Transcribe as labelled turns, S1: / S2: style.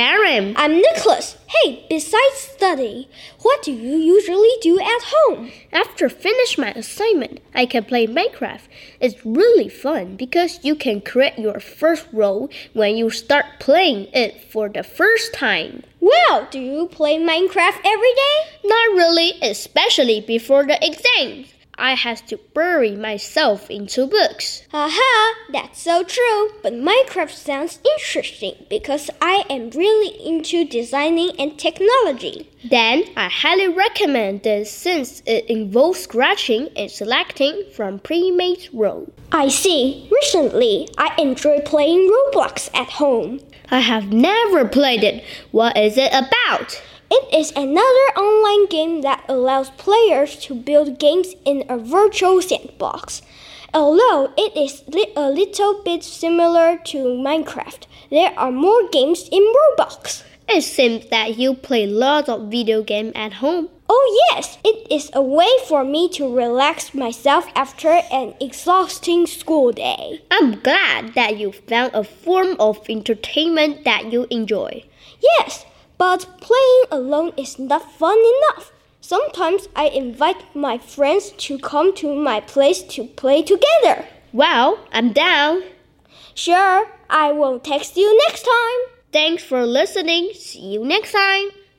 S1: I'm Nicholas. Hey, besides studying, what do you usually do at home?
S2: After finish my assignment, I can play Minecraft. It's really fun because you can create your first role when you start playing it for the first time.
S1: Well, do you play Minecraft every day?
S2: Not really, especially before the exams. I had to bury myself into books.
S1: Haha, that's so true. But Minecraft sounds interesting because I am really into designing and technology.
S2: Then I highly recommend this since it involves scratching and selecting from pre-made rows.
S1: I see. Recently, I enjoy playing Roblox at home.
S2: I have never played it. What is it about?
S1: It is another online game that allows players to build games in a virtual sandbox. Although it is li- a little bit similar to Minecraft, there are more games in Roblox.
S2: It seems that you play lots of video games at home.
S1: Oh, yes, it is a way for me to relax myself after an exhausting school day.
S2: I'm glad that you found a form of entertainment that you enjoy.
S1: Yes, but playing alone is not fun enough. Sometimes I invite my friends to come to my place to play together.
S2: Well, I'm down.
S1: Sure, I will text you next time.
S2: Thanks for listening. See you next time.